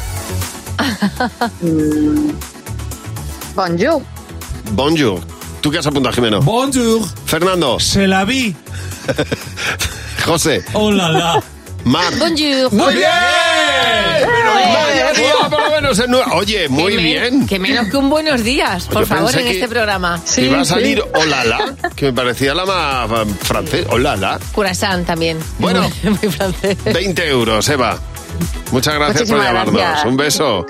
U: Bonjour.
C: Bonjour. ¿Tú qué has apuntado, Jimeno?
E: Bonjour.
C: Fernando.
E: Se la vi.
C: José.
E: Hola, la.
C: Mar.
D: Bonjour.
C: ¡Muy bien! Pero mayoría, por lo menos en nue- Oye, muy
D: Que men-
C: bien.
D: Que menos que un buenos días, por
C: Yo
D: favor,
C: pensé
D: en
C: que
D: este programa.
C: y va a salir Olala, que me parecía la más eh, francés. Olala.
D: Curasan también.
C: Bueno.
D: Muy francés.
C: 20 euros, Eva. Muchas gracias
D: Muchísimas
C: por llamarnos.
D: gracias.
C: Un beso.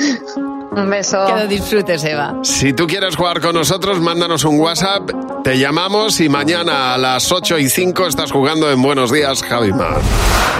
U: Un beso.
D: Que lo disfrutes, Eva.
C: Si tú quieres jugar con nosotros, mándanos un WhatsApp, te llamamos y mañana a las 8 y 5 estás jugando en Buenos Días, Javimar.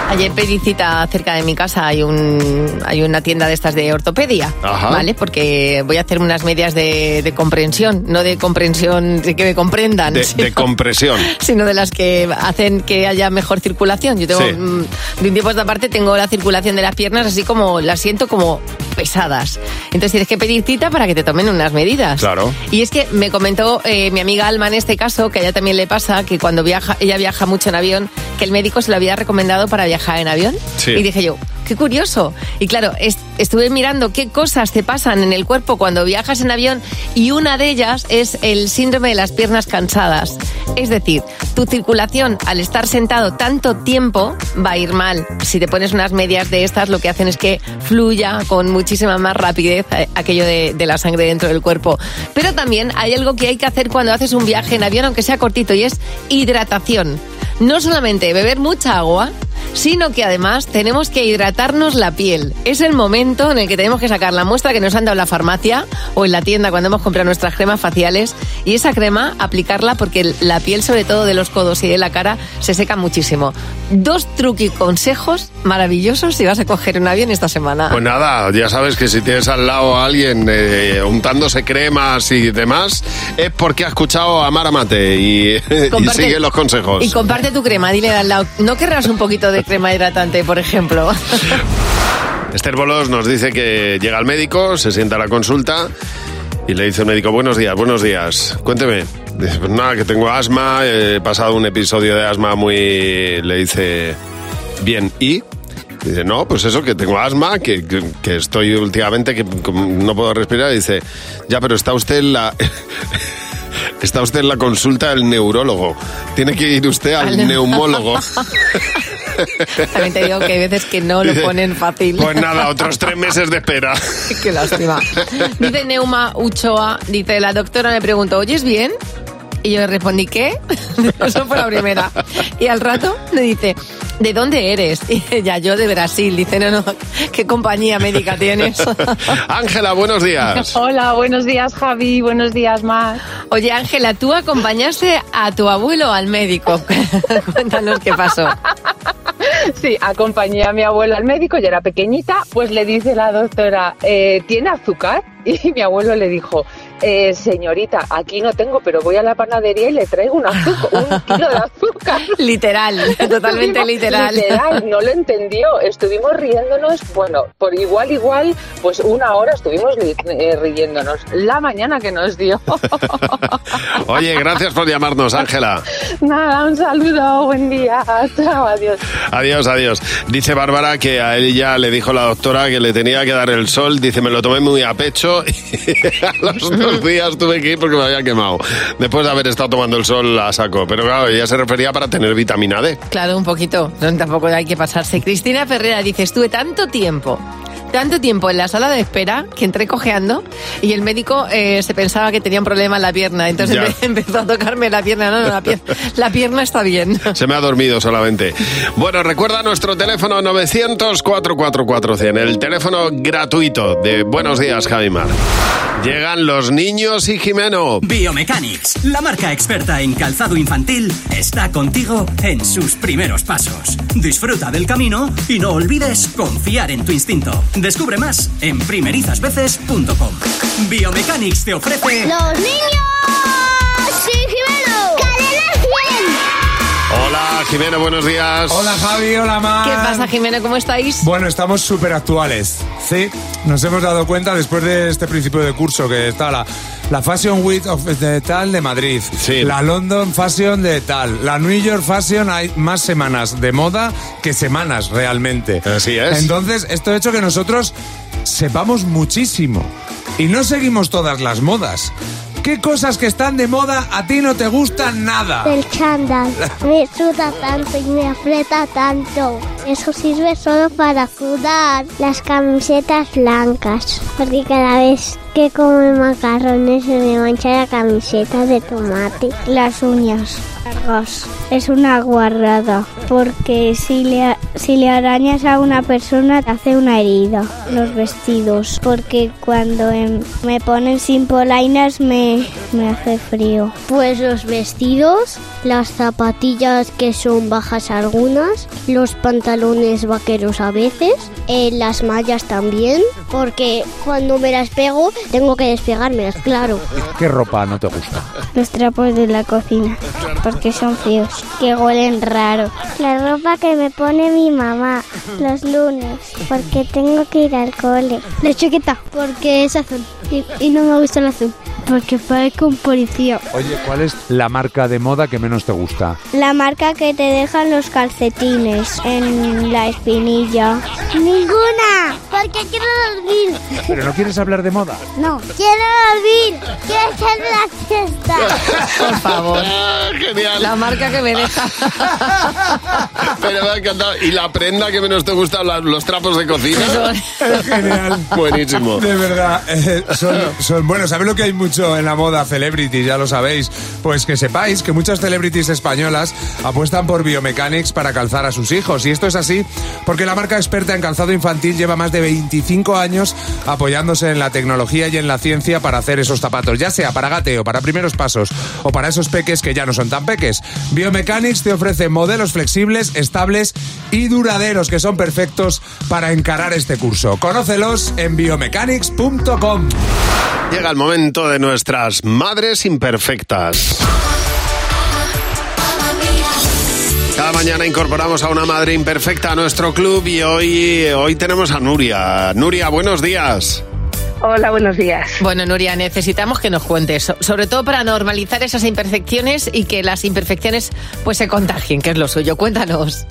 D: Ayer pedí cita cerca de mi casa, hay, un, hay una tienda de estas de ortopedia,
C: Ajá.
D: ¿vale? Porque voy a hacer unas medias de, de comprensión, no de comprensión de que me comprendan.
C: De,
D: sino-
C: de compresión.
D: sino de las que hacen que haya mejor circulación. Yo tengo,
C: Sí.
D: mm, de un tiempo a esta parte, tengo la circulación de las piernas así como, las siento como pesadas. Entonces tienes que pedir cita para que te tomen unas medidas.
C: Claro.
D: Y es que me comentó eh, mi amiga Alma en este caso, que a ella también le pasa, que cuando viaja, ella viaja mucho en avión, que el médico se lo había recomendado para viajar en avión.
V: Sí.
D: Y dije yo, qué curioso. Y claro, es- estuve mirando qué cosas te pasan en el cuerpo cuando viajas en avión y una de ellas es el síndrome de las piernas cansadas. Es decir, tu circulación al estar sentado tanto tiempo va a ir mal. Si te pones unas medias de estas, lo que hacen es que fluya con muchísima más rapidez eh, aquello de, de la sangre dentro del cuerpo. Pero también hay algo que hay que hacer cuando haces un viaje en avión, aunque sea cortito, y es hidratación. No solamente beber mucha agua, sino que además tenemos que hidratarnos la piel. Es el momento en el que tenemos que sacar la muestra que nos han dado en la farmacia o en la tienda cuando hemos comprado nuestras cremas faciales y esa crema aplicarla porque el- la piel, sobre todo de los codos y de la cara, se seca muchísimo. Dos truqui consejos maravillosos si vas a coger un avión esta semana.
C: Pues nada, ya sabes que si tienes al lado a alguien eh, untándose cremas y demás, es porque ha escuchado a Mara Mate y, y
D: Comparte-
C: sigue los consejos.
D: Y comparte tu crema, dile al lado, ¿no querrás un poquito de crema hidratante, por ejemplo?
C: Esther Bolos nos dice que llega al médico, se sienta a la consulta y le dice al médico, buenos días, buenos días, cuénteme. Dice, pues nada, que tengo asma, he pasado un episodio de asma muy... Le dice, bien, ¿y? Dice, no, pues eso, que tengo asma, que, que- que estoy últimamente, que como no puedo respirar. Dice, ya, pero está usted en la... Está usted en la consulta del neurólogo. Tiene que ir usted al
D: Al-
C: neumólogo.
D: También te digo que hay veces que no lo
C: Dice,
D: ponen fácil.
C: Pues nada, otros tres meses de espera.
D: Qué lástima. Dice Neuma Uchoa, dice, la doctora me preguntó, ¿oyes bien? Y yo le respondí, ¿qué? Eso fue la primera. Y al rato me dice, ¿de dónde eres? Y ella, yo de Brasil. Dice, no, no, ¿qué compañía médica tienes?
C: Ángela, buenos días.
V: Hola, buenos días Javi, buenos días Mar.
D: Oye Ángela, tú acompañaste a tu abuelo al médico. Cuéntanos qué pasó.
V: Sí, acompañé a mi abuelo al médico, ya era pequeñita, pues le dice la doctora, "Eh, ¿tiene azúcar? Y mi abuelo le dijo, "Eh, señorita, aquí no tengo, pero voy a la panadería y le traigo un azúcar, un kilo de azúcar.
D: Literal, totalmente
V: Estuvimos-
D: literal.
V: Literal, no lo entendió. Estuvimos riéndonos, bueno, por igual, igual, pues una hora estuvimos li- eh, riéndonos. La mañana que nos dio.
C: Oye, gracias por llamarnos, Ángela.
V: Nada, un saludo, buen día, chao, adiós.
C: Adiós, adiós. Dice Bárbara que a él ya le dijo la doctora que le tenía que dar el sol. Dice, me lo tomé muy a pecho y a los dos días tuve que ir porque me había quemado. Después de haber estado tomando el sol, la saco. Pero claro, ella se refería para tener vitamina D.
D: Claro, un poquito. No, tampoco hay que pasarse. Cristina Ferrera dice, estuve tanto tiempo, tanto tiempo en la sala de espera que entré cojeando y el médico eh, se pensaba que tenía un problema en la pierna. Entonces
C: Ya.
D: empe- empezó a tocarme la pierna. No, no, la, pier- la pierna está bien.
C: Se me ha dormido solamente. Bueno, recuerda nuestro teléfono 900-444-100, el teléfono gratuito de Buenos Días, Javimar. Llegan los niños y Jimeno.
W: Biomechanics, la marca experta en calzado infantil, está contigo en sus primeros pasos. Disfruta del camino y no olvides confiar en tu instinto. Descubre más en primerizasveces.com. Biomechanics te ofrece
X: ¡Los niños! ¡Sí, Jimeno!
C: Hola, Jimeno, buenos días.
Y: Hola Javi, hola Mar.
E: Ah.
D: ¿Qué pasa, Jimena? ¿Cómo estáis?
Y: Bueno, estamos súper actuales. Sí, nos hemos dado cuenta después de este principio de curso que está la, la Fashion Week of de tal de Madrid, la London Fashion de tal, la New York Fashion hay más semanas de moda que semanas realmente.
C: Así es.
Y: Entonces, esto ha hecho que nosotros sepamos muchísimo y no seguimos todas las modas. ¿Qué cosas que están de moda a ti no te gustan nada?
X: El chándal me suda tanto y me aprieta tanto. Eso sirve solo para sudar. Las camisetas blancas, porque cada vez que come macarrones se me mancha la camiseta de tomate. Las uñas largas es una guarrada, porque si le, si le arañas a una persona te hace una herida. Los vestidos, porque cuando em- me ponen sin polainas me, me hace frío. Pues los vestidos, las zapatillas que son bajas algunas, los pantalones vaqueros a veces, eh, las mallas también, porque cuando me las pego tengo que despegármelas, claro.
Z: ¿Qué ropa no te gusta?
X: Los trapos de la cocina, porque son fríos, que huelen raro. La ropa que me pone mi mamá los lunes, porque tengo que ir al cole. La chaqueta, porque es azul, y, y no me gusta el azul, porque parezco un policía.
Z: Oye, ¿cuál es la marca de moda que menos te gusta?
X: La marca que te dejan los calcetines en la espinilla. Ninguna, porque quiero dormir.
Z: ¿Pero no quieres hablar de moda?
X: No, quiero dormir, quiero echarme la siesta.
D: Por favor.
C: Ah, Genial.
D: La marca que me deja.
C: Pero me ha encantado. Y la prenda que menos te gusta, la- los trapos de cocina.
Y: Es genial.
C: Buenísimo.
Y: De verdad, eh, son, son- bueno, ¿sabes lo que hay mucho mucho en la moda celebrities, ya lo sabéis. Pues que sepáis que muchas celebrities españolas apuestan por Biomechanics para calzar a sus hijos. Y esto es así porque la marca experta en calzado infantil lleva más de 25 años apoyándose en la tecnología y en la ciencia para hacer esos zapatos, ya sea para gateo, para primeros pasos o para esos peques que ya no son tan peques. Biomechanics te ofrece modelos flexibles, estables y duraderos que son perfectos para encarar este curso. Conócelos en biomechanics.com.
C: Llega el momento de nuestras madres imperfectas. Cada mañana incorporamos a una madre imperfecta a nuestro club y hoy, hoy tenemos a Nuria. Nuria, buenos días.
D: Hola, buenos días. Bueno, Nuria, necesitamos que nos cuentes, so- sobre todo para normalizar esas imperfecciones y que las imperfecciones pues se contagien, que es lo suyo. Cuéntanos.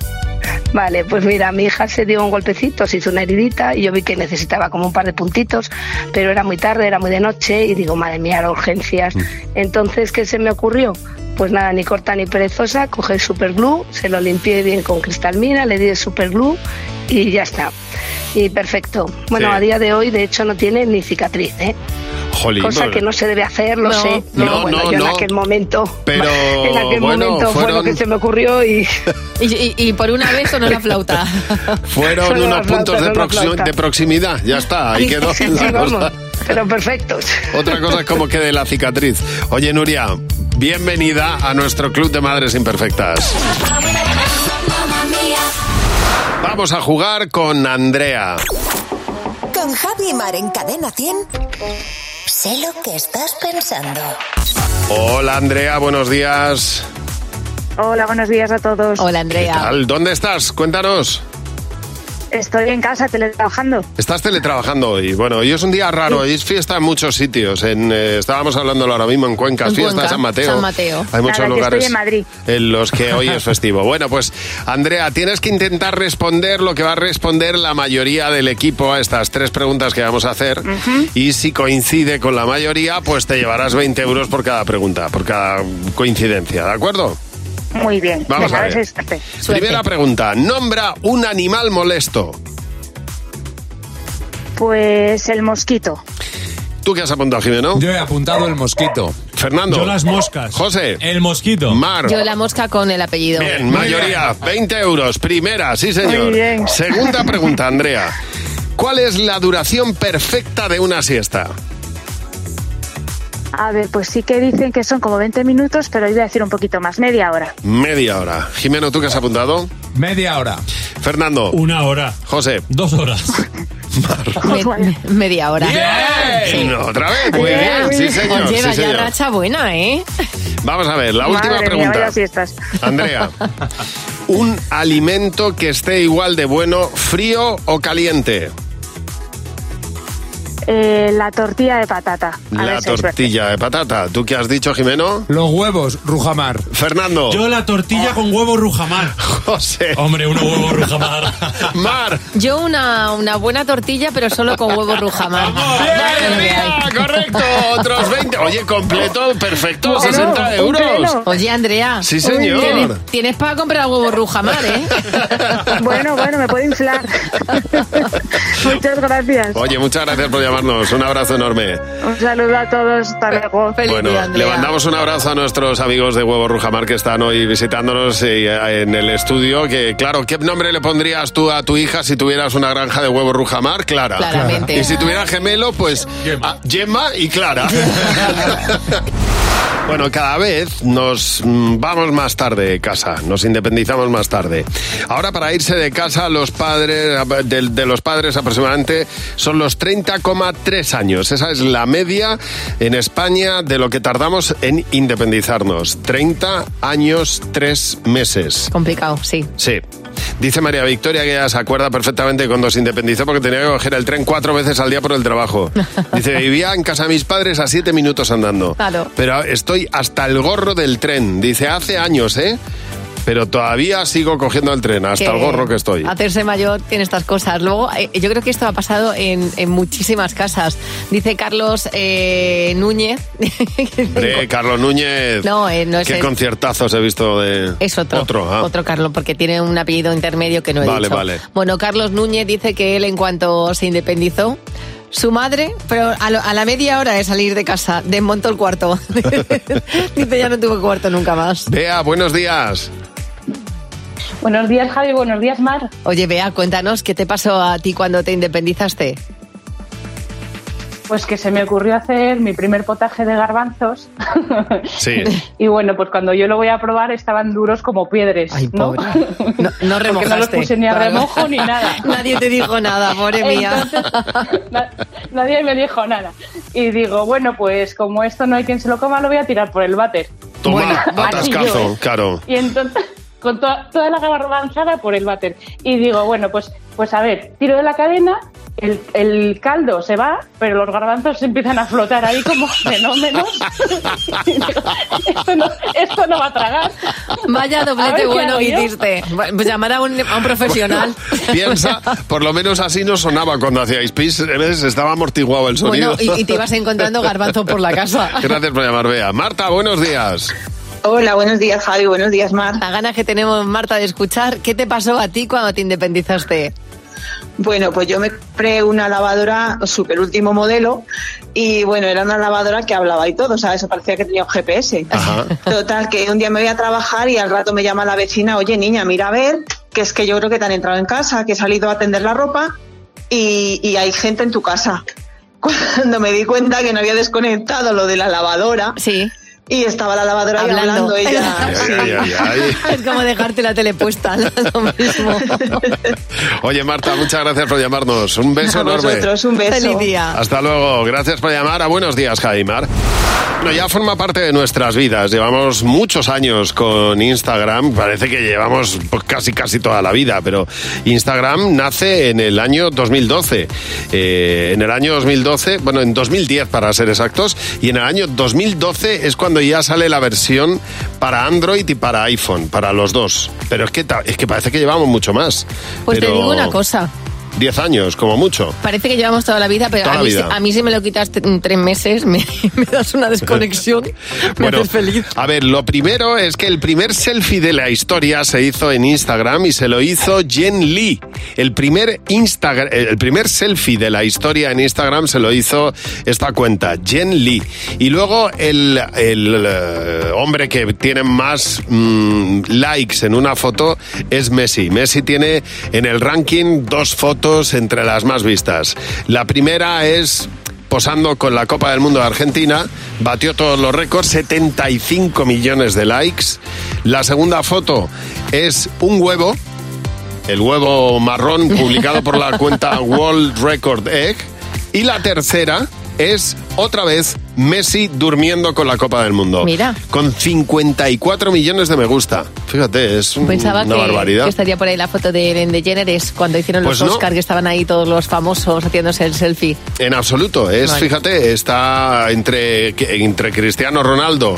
B: Vale, pues mira, mi hija se dio un golpecito, se hizo una heridita y yo vi que necesitaba como un par de puntitos, pero era muy tarde, era muy de noche y digo, madre mía, las urgencias. Entonces, ¿qué se me ocurrió? Pues nada, ni corta ni perezosa, cogí el superglue, se lo limpié bien con cristalmina, le di el superglue y ya está. Y perfecto. Bueno,
C: Sí.
B: a día de hoy, de hecho, no tiene ni cicatriz, ¿eh?
C: Jolín,
B: Cosa
C: bueno.
B: que no se debe hacer, lo
C: No,
B: sé.
C: no,
B: pero bueno,
C: no,
B: yo
C: no.
B: en aquel momento,
C: Pero,
B: en aquel
C: bueno,
B: momento fue lo
C: fueron-
B: que se me ocurrió y...
D: Y, y- y por una vez o no la flauta.
C: Fueron
B: Solo la
C: unos
B: flauta,
C: puntos de,
B: solo la
C: proxi-
B: flauta.
C: de proximidad, ya está, ahí quedó.
B: Sí, sí,
C: la
B: vamos,
C: cosa.
B: pero perfectos.
C: Otra cosa es cómo quede la cicatriz. Oye, Nuria, bienvenida a nuestro club de madres imperfectas. Vamos a jugar con Andrea.
U: Con Javi Mar en Cadena 100. Sé lo que estás pensando.
C: Hola, Andrea, buenos días.
F: Hola, buenos días a todos.
D: Hola,
C: ¿Qué tal? ¿Dónde estás? Cuéntanos.
B: Oh.
F: Estoy en casa teletrabajando.
C: Estás teletrabajando y bueno, hoy es un día raro, hoy es fiesta en muchos sitios. En, eh, estábamos hablándolo ahora mismo en Cuenca, es
F: En
C: fiesta
F: Cuenca,
C: de San Mateo.
F: San Mateo.
C: Hay muchos
F: Nada, que
C: lugares
F: estoy en Madrid.
C: en los que hoy es festivo. Bueno, pues Andrea, tienes que intentar responder lo que va a responder la mayoría del equipo a estas tres preguntas que vamos a hacer. Y si coincide con la mayoría, pues te llevarás 20 euros por cada pregunta, por cada coincidencia, ¿de acuerdo?
F: Muy bien.
C: Vamos
F: Venga,
C: a
F: ver si
C: ver.
F: es este. suerte.
C: Primera pregunta, nombra un animal molesto.
F: Pues el mosquito.
C: ¿Tú qué has apuntado, Jimeno? Yo he apuntado el mosquito. Fernando.
E: Yo las
C: moscas. José. El mosquito. Mar.
D: Yo la mosca con el apellido.
C: Bien, mayoría, 20 euros. Primera, sí señor.
D: Muy bien.
C: Segunda pregunta, Andrea. ¿Cuál es la duración perfecta de una siesta?
F: A ver, pues sí que dicen que son como 20 minutos, pero yo voy a decir un poquito más, media hora.
C: Media hora. Jimeno, ¿tú qué has apuntado? Media hora. Fernando. Una hora. José. Dos horas.
D: Me- me- media hora.
C: Bien. Otra vez. Muy
D: Oye,
C: bien, sí señor.
D: Oye,
C: sí,
D: vaya
C: señor.
D: racha buena, ¿eh?
C: Vamos a ver, la última
F: Madre mía,
C: pregunta.
F: vaya fiestas.
C: Andrea, ¿un alimento que esté igual de bueno, frío o caliente?
F: Eh, la tortilla de patata. A ver
C: la
F: si es verdad.
C: tortilla de patata. ¿Tú qué has dicho, Jimeno? Los huevos, Rujamar. Fernando.
E: Yo la tortilla con huevo rujamar.
C: José.
E: Hombre, uno huevo rujamar.
C: Mar.
D: Yo una, una buena tortilla, pero solo con huevo rujamar. Madre mía.
C: correcto. Otros 20. Oye, completo, perfecto, 60 euros.
D: Oye, Andrea.
C: Sí, señor.
D: Tienes, tienes para comprar huevo rujamar, ¿eh?
F: Bueno, bueno, me puedo inflar. Muchas gracias.
C: Oye, muchas gracias por llamarnos. Un abrazo enorme.
F: Un saludo a todos. Hasta luego.
C: bueno, le mandamos un abrazo a nuestros amigos de Huevo Rujamar que están hoy visitándonos eh, en el estudio. Que claro, ¿qué nombre le pondrías tú a tu hija si tuvieras una granja de Huevo Rujamar? Clara.
D: Claramente.
C: Y si tuviera gemelo, pues a- Gemma y Clara. Bueno, cada vez nos mm, vamos más tarde de casa, nos independizamos más tarde. Ahora para irse de casa los padres de, de los padres aproximadamente son los 30,3 años. Esa es la media en España de lo que tardamos en independizarnos. 30 años 3 meses.
D: Complicado, sí.
C: Sí. Dice María Victoria que ella se acuerda perfectamente cuando se independizó porque tenía que coger el tren cuatro veces al día por el trabajo. Dice, vivía en casa de mis padres a siete minutos andando.
D: Claro.
C: Pero estoy hasta el gorro del tren. Dice, hace años, ¿eh? Pero todavía sigo cogiendo el tren, hasta
D: que
C: el gorro que estoy.
D: Hacerse mayor tiene estas cosas. Luego, eh, yo creo que esto ha pasado en, en muchísimas casas. Dice Carlos eh, Núñez.
C: Hombre, Carlos Núñez.
D: No, eh, no es
C: Qué
D: el-
C: conciertazos he visto de...
D: Es otro.
C: Otro, ah.
D: Otro Carlos, porque tiene un apellido intermedio que no he
C: Vale,
D: dicho.
C: vale.
D: Bueno, Carlos Núñez dice que él, en cuanto se independizó, Su madre, pero a, lo- a la media hora de salir de casa, desmontó el cuarto. Dice, ya no tuve cuarto nunca más.
C: Bea, buenos días.
G: Buenos días, Javi. Buenos días, Mar.
D: Oye, Bea, cuéntanos qué te pasó a ti cuando te independizaste.
G: Pues que se me ocurrió hacer mi primer potaje de garbanzos.
C: Sí.
G: Y bueno, pues cuando yo lo voy a probar estaban duros como piedres. ¿no?
D: No, no
G: Porque no los
D: remojaste.
G: puse ni a remojo ni nada.
D: Nadie te dijo nada, pobre mía.
G: Entonces, na- nadie me dijo nada. Y digo, bueno, pues como esto no hay quien se lo coma, lo voy a tirar por el váter.
C: Toma,
G: así yo,
C: atascazo,
G: ¿eh?
C: claro.
G: Y entonces, con toda, toda la garbanzada por el váter. Y digo, bueno, pues, pues a ver, tiro de la cadena, el, el caldo se va, pero los garbanzos se empiezan a flotar ahí como fenómenos. Y digo, esto, no, esto no va a tragar.
D: Vaya
G: A ver
D: doblete
G: qué
D: bueno
G: hago
D: que
G: yo.
D: hiciste. Bueno, Pues llamar a un, a un profesional.
C: Piensa, por lo menos así no sonaba cuando hacíais pis, ¿ves? Estaba amortiguado el
D: Bueno,
C: sonido.
D: y, y te ibas encontrando garbanzo por la casa.
C: Gracias por llamar, Bea. Marta, buenos días.
D: Hola, buenos días, Javi. Buenos días, Marta. La ganas que tenemos, Marta, de escuchar. ¿Qué te pasó a ti cuando te independizaste?
H: Bueno, pues yo me compré una lavadora super último modelo y bueno, era una lavadora que hablaba y todo, ¿sabes? Parecía que tenía un GPS. Total, que un día me voy a trabajar y al rato me llama la vecina, oye niña, mira a ver, que es que yo creo que te han entrado en casa, que he salido a tender la ropa y, y hay gente en tu casa. Cuando me di cuenta que no había desconectado lo de la lavadora.
D: Sí.
H: Y estaba la lavadora ahí
D: Hablando.
H: hablando ella.
C: Ay, ay, ay, ay.
D: Es como dejarte la tele puesta, ¿no? lo mismo.
C: Oye, Marta, muchas gracias por llamarnos. Un beso
H: A
C: enorme.
H: vosotros, un beso.
D: Feliz día.
C: Hasta luego. Gracias por llamar. A buenos días, Jaimar. Bueno, ya forma parte de nuestras vidas. Llevamos muchos años con Instagram. Parece que llevamos pues, casi casi toda la vida, pero Instagram nace en el año 2012. Eh, en el año 2012, bueno, en 2010 para ser exactos, y en el año 2012 es cuando ya sale la versión para Android y para iPhone, para los dos. Pero es que, ta- es que parece que llevamos mucho más.
D: Pues te
C: Pero-
D: digo una cosa.
C: 10 años, como mucho.
D: Parece que llevamos toda la vida, pero
C: Toda
D: a,
C: la
D: mí,
C: vida.
D: si- a mí si me lo quitas t- en tres meses, me, me das una desconexión.
C: Bueno, a ver, lo primero es que el primer selfie de la historia se hizo en Instagram y se lo hizo Jen Lee. El primer, Instagram, el primer selfie de la historia en Instagram se lo hizo esta cuenta, Jen Lee. Y luego el, el, eh, hombre que tiene más mm, likes en una foto es Messi. Messi tiene en el ranking dos fotos entre las más vistas. La primera es posando con la Copa del Mundo de Argentina, batió todos los récords, 75 millones de likes. La segunda foto es un huevo, el huevo marrón publicado por la cuenta World Record Egg. Y la tercera es otra vez Messi durmiendo con la Copa del Mundo.
D: Mira.
C: Con 54 millones de me gusta. Fíjate, es un-
D: Pensaba
C: una
D: que,
C: barbaridad.
D: que estaría por ahí la foto de Ellen DeGeneres cuando hicieron
C: Pues
D: los
C: no.
D: Oscars, que estaban ahí todos los famosos haciéndose el selfie.
C: En absoluto, es,
D: Vale.
C: fíjate, está entre, entre Cristiano Ronaldo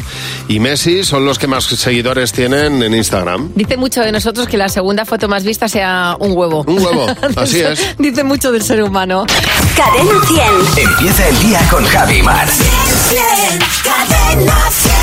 C: y Messi, son los que más seguidores tienen en Instagram.
D: Dice mucho de nosotros que la segunda foto más vista sea un huevo.
C: Un huevo, así es.
D: Dice mucho del ser humano.
U: Cadena 100.
W: Empieza el día con Javi Mar.
U: Cadena 100.